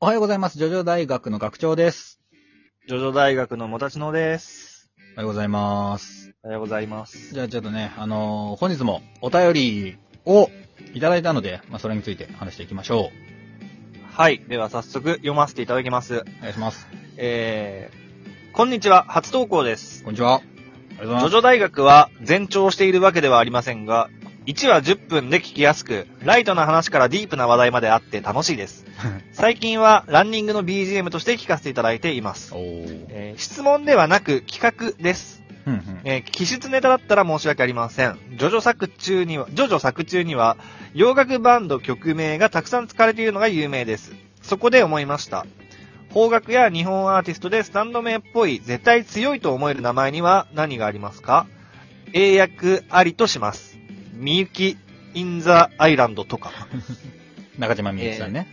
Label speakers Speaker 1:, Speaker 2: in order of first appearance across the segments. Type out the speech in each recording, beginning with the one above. Speaker 1: おはようございます。ジョジョ大学の学長です。
Speaker 2: ジョジョ大学のもたちのです。
Speaker 1: おはようございます。
Speaker 2: おはようございます。
Speaker 1: じゃあちょっとね、あのー本日もお便りをいただいたので、まあ、それについて話していきましょ
Speaker 2: はい。では早速読ませていただきます
Speaker 1: う。。お願いします。
Speaker 2: えー、こんにちは。初投稿です。
Speaker 1: こんにちは。ありがとうござい
Speaker 2: ジョ
Speaker 1: ます。
Speaker 2: ジョ大学は全長しているわけではありませんが、1話10分で聞きやすく、ライトな話からディープな話題まであって楽しい です。最近はランニングの BGM として聞かせていただいています。
Speaker 1: おー。
Speaker 2: えー質問ではなく企画です。
Speaker 1: うんうん。
Speaker 2: えー、気質ネタだったら申し訳ありません。ジョジョ作中には、ジョジョ作中には、洋楽バンド曲名がたくさん使われているのが有名です。そこで思いました。邦楽や日本アーティストでスタンド名っぽい、絶対強いと思える名前には何がありますか英訳ありとします。みゆき、インザアイランドとか。
Speaker 1: 中島みゆきさんね。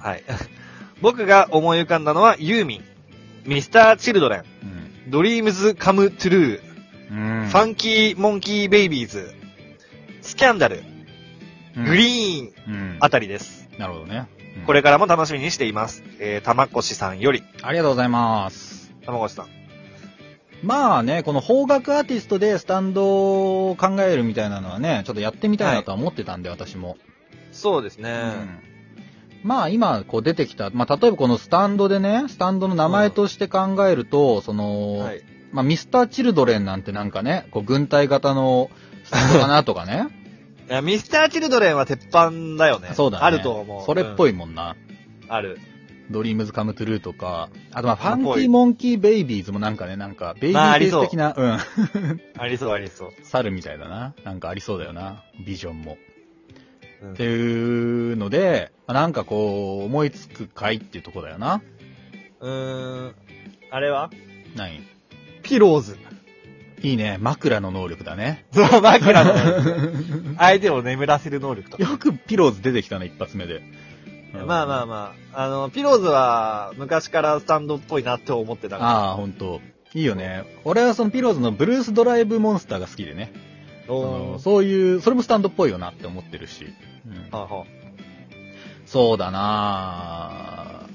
Speaker 1: はい。
Speaker 2: はい。 僕が思い浮かんだのはユーミン、ミスター・チルドレン、
Speaker 1: うん。
Speaker 2: ドリームズ・カム・トゥルー、
Speaker 1: うん
Speaker 2: ファンキー・モンキー・ベイビーズ、スキャンダル、グ
Speaker 1: ー
Speaker 2: リーン
Speaker 1: ン。うん。
Speaker 2: あたりです。
Speaker 1: なるほどね。うん
Speaker 2: これ。からも楽しみにしています。えー、たまこしさんより、
Speaker 1: ありがとうございます。
Speaker 2: たまこしさん。
Speaker 1: まあね、この邦楽アーティストでスタンドを考えるみたいなのはね、ちょっとやってみたいなとは思ってたんで、私も。
Speaker 2: そうですね。
Speaker 1: まあ今こう出てきた、まあ例えばこのスタンドでね、スタンドの名前として考えると、その、
Speaker 2: はい。
Speaker 1: まあミスターチルドレンなんてなんかね、こう軍隊型のスタンドかなとかね。
Speaker 2: いや、ミスター・チルドレンは鉄板だ よね。
Speaker 1: そうだね。
Speaker 2: あると思う。
Speaker 1: それっぽ
Speaker 2: い。
Speaker 1: いもんな。
Speaker 2: ある。
Speaker 1: ドリームズカムトゥルーとか、あとまあファン
Speaker 2: ぽ
Speaker 1: キー
Speaker 2: い
Speaker 1: モンキーベイビーズもなんかね、なんかベイビ
Speaker 2: まあ
Speaker 1: ー
Speaker 2: あ
Speaker 1: ベー
Speaker 2: りそ
Speaker 1: ス
Speaker 2: う
Speaker 1: 的な、うん。
Speaker 2: ありそう、ありそう。
Speaker 1: 猿みたいだな。なんかありそうだよな。ビジョンも。
Speaker 2: うん
Speaker 1: っていうので、まあなんかこう、思いつくかいっていうとこだよな。
Speaker 2: うーん。あれは
Speaker 1: 何
Speaker 2: ピローズ。
Speaker 1: いいね。枕の能力だね。
Speaker 2: そう、枕の能 力。相手を眠らせる能力とか。
Speaker 1: よくピローズ出てきたね、一発目で。
Speaker 2: まあまあ
Speaker 1: あ。
Speaker 2: まあ。あの、ピローズは昔からスタンドっぽいなって思ってたから。
Speaker 1: ああ、ほんと。いいよね。俺はそのピローズのブルースドライブモンスターが好きでね。そ
Speaker 2: お
Speaker 1: の
Speaker 2: ー
Speaker 1: そういう、それもスタンドっぽいよなって思ってるし。うん
Speaker 2: はあはあ
Speaker 1: そうだなあ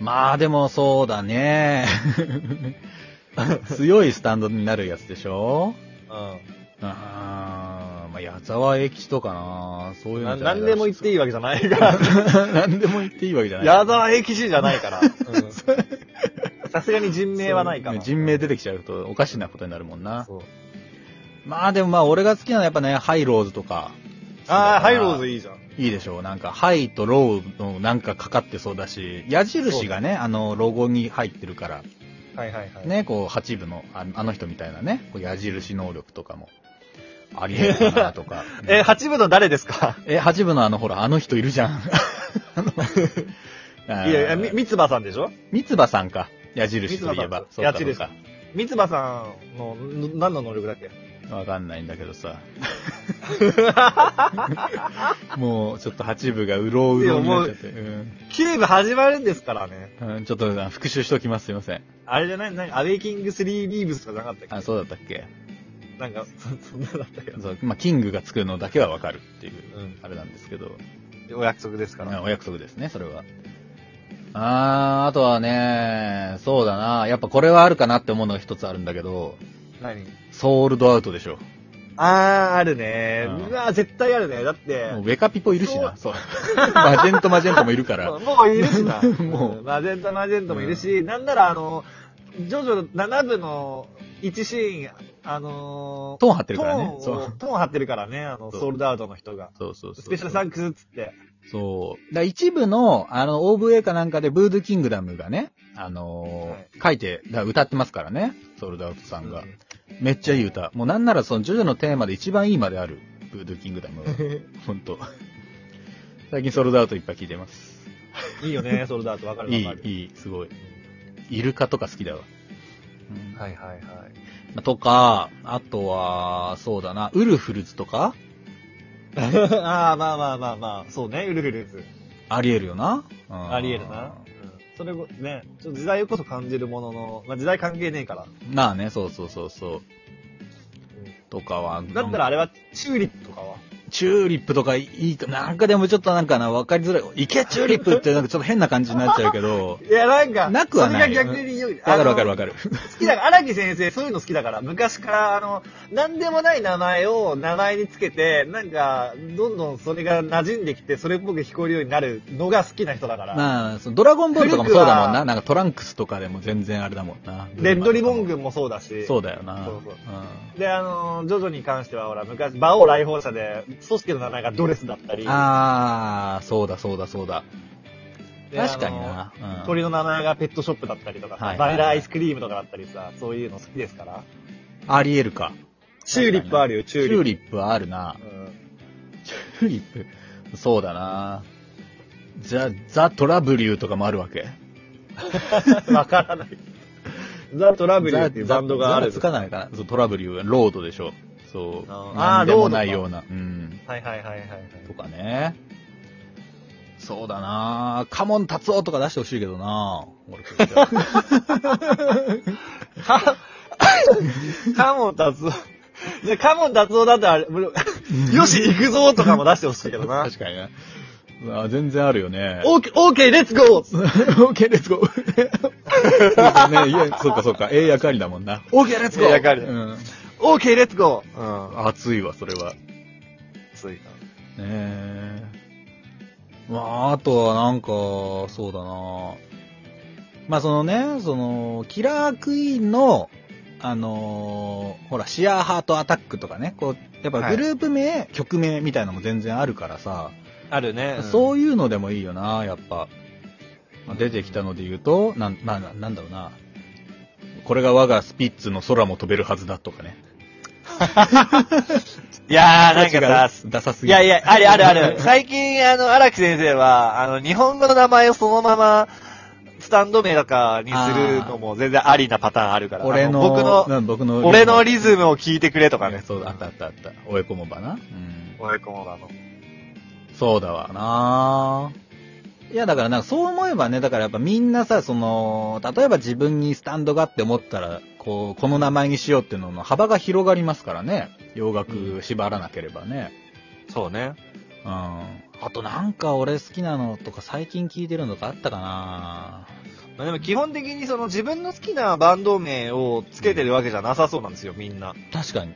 Speaker 1: まあでもそうだ ね強いスタンドになるやつでしょ
Speaker 2: う。
Speaker 1: あーまあ、矢沢永吉とかなそういうんの
Speaker 2: な
Speaker 1: じゃない
Speaker 2: 何でも 言っていいわけじゃないから。
Speaker 1: 何でも言っていいわけじゃない。
Speaker 2: 矢沢永吉じゃないから。うんさすがに人名はない
Speaker 1: そ
Speaker 2: か
Speaker 1: う
Speaker 2: ら。
Speaker 1: ね人名出てきちゃうとおかしなことになるもんな。
Speaker 2: そう
Speaker 1: まあでもまあ俺が好きなのはやっぱね、ハイローズとか。
Speaker 2: ああ、ハイローズ
Speaker 1: いい。
Speaker 2: いいじゃん。
Speaker 1: いいでしょう。なんか、ハイとローのなんかかかってそうだし、矢印がね、あの、ロゴに入ってるから、
Speaker 2: はいはいはい。
Speaker 1: ね、こう、8部のああの人みたいなね、こう矢印能力とかも、ありえるかなと か。
Speaker 2: え、八部の誰ですか
Speaker 1: え、八部のあの、ほら、あの人いるじゃん。あのあー
Speaker 2: いやいや、み、三つ葉さんでしょ
Speaker 1: 三つ葉さんか。矢印といえば。
Speaker 2: 三
Speaker 1: そう
Speaker 2: つ
Speaker 1: か
Speaker 2: 葉さん矢印
Speaker 1: そう
Speaker 2: 三つ葉さんの、ん何の能力だっけ
Speaker 1: かわかんないんだけど さ。もう、ちょっと八部がうろうろになっちゃって。うん
Speaker 2: キューブ始まるんですからね。
Speaker 1: うん、ちょっと復習しておきます。すいません。
Speaker 2: あれじゃないなんか、アウェイキングスリーリーブスとかじゃなかったっ
Speaker 1: あ、そうだったっけ
Speaker 2: けなんか、そ、そんなだったけど。
Speaker 1: そう、まあ、キングがつくのだけはわかるっていう、
Speaker 2: うん。
Speaker 1: あれなんですけど。
Speaker 2: お約束ですから。
Speaker 1: お約束ですね、それは。あー、あとはね、そうだな。やっぱこれはあるかなって思うのが一つあるんだけど、
Speaker 2: 何
Speaker 1: ソールドアウトでしょ。
Speaker 2: あー、あるね
Speaker 1: うん
Speaker 2: うわ絶対あるね。だって
Speaker 1: もう、ウェカピポいるしな、そう。マジェントマジェントもいる から。
Speaker 2: もういるしな。
Speaker 1: もう
Speaker 2: うんマジェントマジェントもいるし、なんならあの、ジョジョ7部の1シーン、あのー、
Speaker 1: トーン張ってる
Speaker 2: ト
Speaker 1: から
Speaker 2: ーン
Speaker 1: ね。そ
Speaker 2: を
Speaker 1: う。
Speaker 2: トーン張ってるからね、あの、
Speaker 1: そう
Speaker 2: ソールドアウトの人が。
Speaker 1: そうそうそう。
Speaker 2: スペシャルサンクスっつって。
Speaker 1: そう。だから一部の、あの、OVA かなんかで、ブードゥキングダムがね、あのー書いて、だから歌ってますからね、ソールドアウトさんが。めっちゃいい歌。もうなんならそのジョジョのテーマで一番いいまである、ブードゥキングダムは。ほんと。最近ソールドアウトいっぱい聴いてます。
Speaker 2: いい よね、ソールドアウト。わかる
Speaker 1: いい
Speaker 2: わか、る。
Speaker 1: いい、すごい。イルカとか好きだわ。うん
Speaker 2: はいはい はい。
Speaker 1: とか、あとは、そうだな、ウルフルズとか
Speaker 2: ああ、まあまあまあまあ、そうね、ウルフルズ。
Speaker 1: ありえるよな。うん
Speaker 2: ありえるな。うんそれもね、ちょっと時代こそ感じるものの、まあ時代関係ねえから。
Speaker 1: まあね、そうそうそうそう。とかは、
Speaker 2: だったらあれは、チューリップとかは。
Speaker 1: チューリップとかいいか、なんかでもちょっとなんかな、わかりづらい。いけ、チューリップってなんかちょっと変な感じになっちゃうけど、
Speaker 3: いや、なんか、
Speaker 1: なくはない
Speaker 3: それが逆に良い。
Speaker 1: わかるわかる
Speaker 3: あ
Speaker 1: わかる。
Speaker 3: の好きだから、荒木先生、そういうの好きだから、昔から、あの、なんでもない名前を名前につけて、なんか、どんどんそれが馴染んできて、それっぽく聞こえるようになるのが好きな人だから。
Speaker 1: まあ、そのドラゴンボールとかもそうだもん
Speaker 3: 古く
Speaker 1: な。
Speaker 3: は
Speaker 1: なんかトランクスとかでも全然あれだもんな。
Speaker 3: レッドリボン
Speaker 1: グ
Speaker 3: 軍もそうだし。
Speaker 1: そうだよな。
Speaker 3: そうそう
Speaker 1: う
Speaker 3: で、あの、ジョジョに関しては、ほら、昔、馬王来訪者で、ソスケの名前がドレスだったり、
Speaker 1: ん。あー、そうだそうだそうだ。
Speaker 3: で
Speaker 1: 確かに
Speaker 3: あ
Speaker 1: な。う
Speaker 3: の
Speaker 1: ん
Speaker 3: 鳥の名前がペットショップだったりとかさ、
Speaker 1: はい
Speaker 3: バニラアイスクリームとかだったりさ、そういうの好きですから。
Speaker 1: ありえるか。
Speaker 3: チューリップあるよ、チ
Speaker 1: チ
Speaker 3: ューリッ
Speaker 1: ュー
Speaker 3: プ。
Speaker 1: リップはあるな。
Speaker 3: うん
Speaker 1: チューリップ。そうだな。じゃあ、ザ・トラブリューとかもあるわけ。
Speaker 3: わからない。ザ・トラブリューっていう
Speaker 1: ザ
Speaker 3: バンドがある
Speaker 1: ザつ。かないかな。そう、トラブリューはロードでしょ。そう。
Speaker 3: あー
Speaker 1: なんでもない
Speaker 3: ロード
Speaker 1: ような。うん。
Speaker 3: はいはいはいはいはい。
Speaker 1: とかね。そうだなカモン達夫とか出してほしいけどな俺としては
Speaker 3: か、カモン達夫。じゃ、カモン達夫だったらあれ、むよし、行くぞとかも出してほしいけどな。
Speaker 1: 確かにね。あ全然あるよね。
Speaker 3: オーケー、オーケー、レッツゴー
Speaker 1: OK, let's go! ね、いや、そう かそうか。英訳ありだもんな。
Speaker 3: オーケー、レッツゴ
Speaker 2: 英訳あ
Speaker 3: ー
Speaker 2: り
Speaker 1: うん。
Speaker 3: オーケー、レッツゴーうん。
Speaker 1: 熱いわ、それは。
Speaker 3: つい
Speaker 1: ねえ。まあ、あとはなんか、そうだなまあそのね、その、キラークイーンの、あのーほら、シアーハートアタックとかね、こう、やっぱ
Speaker 2: はい
Speaker 1: グループ名、曲名みたいのも全然あるからさ、
Speaker 2: あるね
Speaker 1: そういうのでもいいよな、やっぱ。まあ出てきたので言うと、なん、まあ、ななんだろうな。これが我がスピッツの空も飛べるはずだとかね。
Speaker 2: いやー、なんかさ、
Speaker 1: ダサす
Speaker 2: い
Speaker 1: ぎる
Speaker 2: やいや、あるあるあ る。最近、あの、荒木先生は、あの、日本語の名前をそのまま、スタンド名とかにするのも全然ありなパターンあるから。
Speaker 1: 俺の、
Speaker 2: あ僕の、
Speaker 1: うん僕の、
Speaker 2: 俺のリズムを聞いてくれとかね。
Speaker 1: そうだ、あったあったあった。おえこもばな。うん。
Speaker 2: 俺こもだの。
Speaker 1: そうだわないや、だからなんかそう思えばね、だからやっぱみんなさ、その、例えば自分にスタンドがって思ったら、こう、この名前にしようっていうのの幅が広がりますからね。洋楽縛らなければね。
Speaker 2: そうね。
Speaker 1: うん。あとなんか俺好きなのとか最近聞いてるのとかあったかな
Speaker 2: まあでも基本的にその自分の好きなバンド名をつけてるわけじゃなさそうなんですよ、みんな。
Speaker 1: 確かに。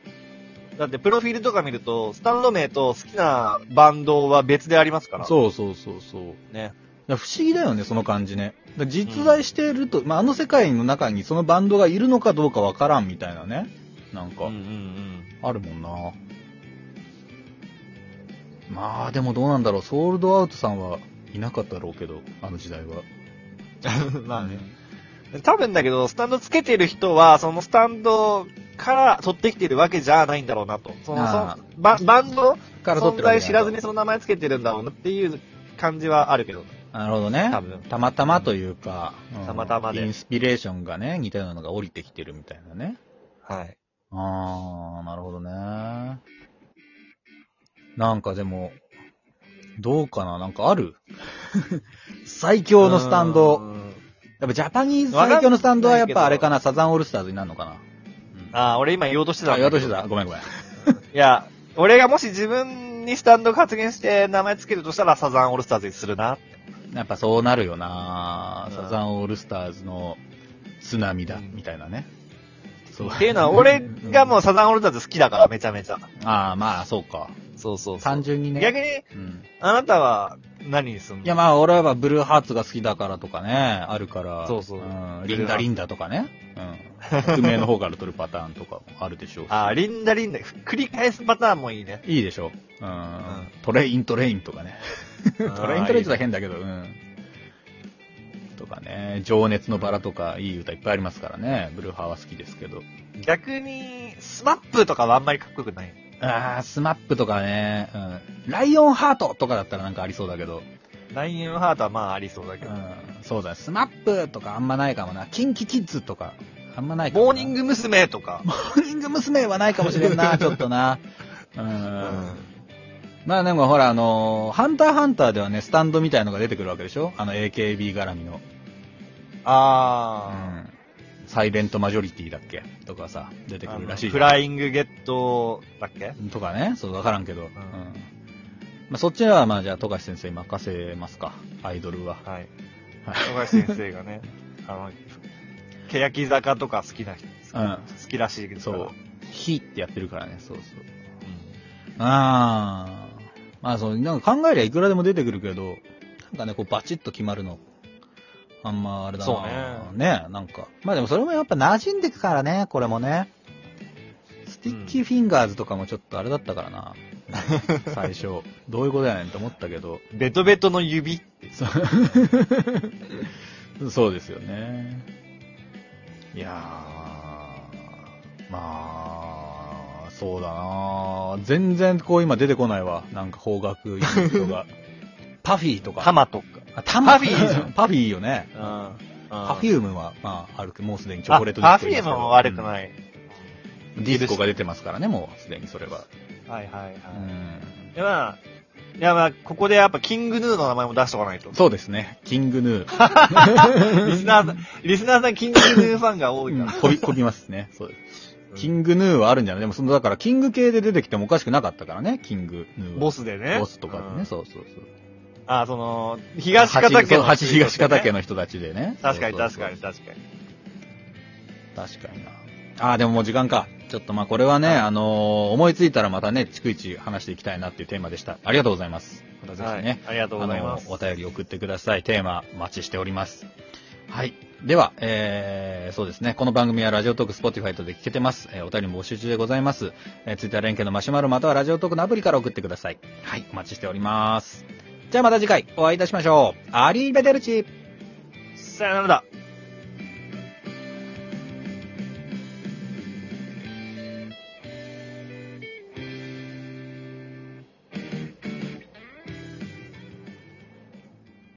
Speaker 2: だってプロフィールとか見ると、スタンド名と好きなバンドは別でありますから。
Speaker 1: そうそうそうそう。
Speaker 2: う。ね。
Speaker 1: だから不思議だよね、その感じね。だから実在してると、まあ、あの世界の中にそのバンドがいるのかどうかわからんみたいなね。なん
Speaker 2: うん
Speaker 1: か
Speaker 2: うんう、ん。
Speaker 1: あるもんな。まあ、でもどうなんだろう。ソールドアウトさんはいなかったろうけど、あの時代は。
Speaker 3: まあね。
Speaker 2: 多分だけど、スタンドつけてる人は、そのスタンドから取ってきてるわけじゃないんだろうなと。その
Speaker 1: ああ
Speaker 2: そのババンド
Speaker 1: から撮っ
Speaker 2: 存
Speaker 1: てるわけ
Speaker 2: 在
Speaker 1: じ
Speaker 2: 知
Speaker 1: ゃない
Speaker 2: らずにその名前つけてるんだろうなっていう感じはあるけど。
Speaker 1: なるほどね。
Speaker 2: 多分
Speaker 1: たまたまというか、うん
Speaker 2: たまたまで
Speaker 1: インスピレーションがね、似たようなのが降りてきてるみたいなね。
Speaker 2: はい。
Speaker 1: あー、なるほどね。なんかでも、どうかななんかあ る最強のスタンド。。やっぱジャパニーズ最強のスタンドはやっぱあれかなサザンオールスターズになるのかな
Speaker 2: ああ、俺今言おうとしてたん
Speaker 1: あ、
Speaker 2: だけ
Speaker 1: 言
Speaker 2: ど
Speaker 1: わとしてた。ごめんごめん。
Speaker 2: いや、俺がもし自分にスタンド発言して名前つけるとしたらサザンオールスターズにするな。
Speaker 1: やっぱそうなるよな
Speaker 2: うん
Speaker 1: サザンオールスターズの津波だ、
Speaker 2: うん
Speaker 1: みたいなね。そ
Speaker 2: っていうのは俺がもうサザンオールスターズ好きだから、めちゃめちゃ。
Speaker 1: ああ、まあそうか。
Speaker 2: そうそうそう
Speaker 1: 単純にね。
Speaker 2: 逆に、
Speaker 1: うん
Speaker 2: あなたは何にすんの
Speaker 1: いや、まあ、俺はブルーハーツが好きだからとかね、あるから。
Speaker 2: そうそうん
Speaker 1: リンダリンダとかね。うん。 匿名の方から取るパターンとかもあるでしょうし。
Speaker 2: あー、リンダリンダ、繰り返すパターンもいいね。
Speaker 1: いいでしょう。
Speaker 2: ん
Speaker 1: ん。トレイントレインとかね。
Speaker 2: ト
Speaker 1: トレイントレインとは変だけど、うん。とかね、情熱のバラとか、いい歌いっぱいありますからね。ブルーハーは好きですけど。
Speaker 2: 逆に、スマップとかはあんまりかっこよくない。
Speaker 1: あー、スマップとかね、うん。ライオンハートとかだったらなんかありそうだけど。
Speaker 2: ラインハートはまあありそうだけ
Speaker 1: う
Speaker 2: ど。
Speaker 1: ん。そうだね。スマップとかあんまないかもな。キンキキッズとか、あんまないかもな。
Speaker 2: モーニング娘。とか。
Speaker 1: モーニング娘。はないかもしれん な、ちょっとな。うん。
Speaker 2: うん
Speaker 1: まあでもほら、あのーハンターハンターではね、スタンドみたいのが出てくるわけでしょあの AKB 絡みの。う
Speaker 2: あ
Speaker 1: ん。サイレントマジョリティだっけとかさ、出てく
Speaker 2: あ
Speaker 1: る
Speaker 2: の
Speaker 1: らしいじゃん。
Speaker 2: フライングゲットだっけ
Speaker 1: とかね、そう、わからんけど。うん。まあ、そっちは、まあ、じゃあ、富樫先生に任せますか。アイドルは。
Speaker 2: はい。
Speaker 1: はい
Speaker 2: 富樫先生がね、 あの、欅坂とか好きな人、
Speaker 1: うん。
Speaker 2: 好きらしいです
Speaker 1: そ
Speaker 2: から
Speaker 1: う。。ひってやってるからね、そうそう。
Speaker 2: う
Speaker 1: ああ。まあ、そう、なんか考えりゃいくらでも出てくるけど、なんかね、こう、バチッと決まるの。あんま、あれだな。
Speaker 2: そう
Speaker 1: ね。なんか。まあでも、それもやっぱ馴染んでくからね、これもね。スティッキーフィンガーズとかもちょっとあれだったからな。最初。どういうことやねんと思ったけど。
Speaker 2: んベトベトの指って。
Speaker 1: そう そうですよね。いやー、まあ、そうだな全然こう今出てこないわ。なんか方角ユニットが。パフィーと
Speaker 2: ハ
Speaker 1: か。
Speaker 2: マとか。
Speaker 1: あタマ
Speaker 2: パフィーじゃん
Speaker 1: パフィーよね。
Speaker 2: うん。
Speaker 1: パ
Speaker 2: パ
Speaker 1: フュームは、まあ、あるけどもうすでにチ
Speaker 2: チ
Speaker 1: ョコレート
Speaker 2: パフィームも悪く
Speaker 1: い。
Speaker 2: ない。
Speaker 1: うんディスコが出てますからね、もうすでにそれは。
Speaker 2: はいはいは
Speaker 1: う
Speaker 2: い。
Speaker 1: ん
Speaker 2: でまあ、いやまあ、ここでやっぱキングヌーの名前も出しとかないと。
Speaker 1: そうですね。キングヌー。
Speaker 2: リスナーさん、リスナーさんキングヌーファンが多いから。
Speaker 1: こび、こびますね。そうです。キングヌーはあるんじゃないでも、その、だから、キング系で出てきてもおかしくなかったからね、キングヌーは。
Speaker 2: ボスでね。
Speaker 1: ボスとかでね、
Speaker 2: うん
Speaker 1: そうそうそう。
Speaker 2: あ、その、東方
Speaker 1: 八
Speaker 2: 家
Speaker 1: そう
Speaker 2: の。
Speaker 1: 八東方家。の人たちでね。
Speaker 2: 確か
Speaker 1: そ
Speaker 2: に
Speaker 1: う
Speaker 2: 確
Speaker 1: そうそう
Speaker 2: かに。確かに。
Speaker 1: 確かにな。あー、でももう時間か。ちょっとまあこれはね、あのー思いついたらまたね、逐一話していきたいなっていうテーマでした。ありがとうございます。またぜ
Speaker 2: は
Speaker 1: ひ
Speaker 2: い
Speaker 1: ね、
Speaker 2: ありがとうございます
Speaker 1: あの。お便り送ってください。テーマ、お待ちしております。はい。では、えー、そうですね。この番組はラジオトーク、スポティファイとで聞けてます。えー、お便りも募集中でございます。えー、ツイッター連携のマシュマロまたはラジオトークのアプリから送ってください。はい。お待ちしております。じゃあまた次回お会いいたしましょう。アリーベデルチ
Speaker 2: さよなら。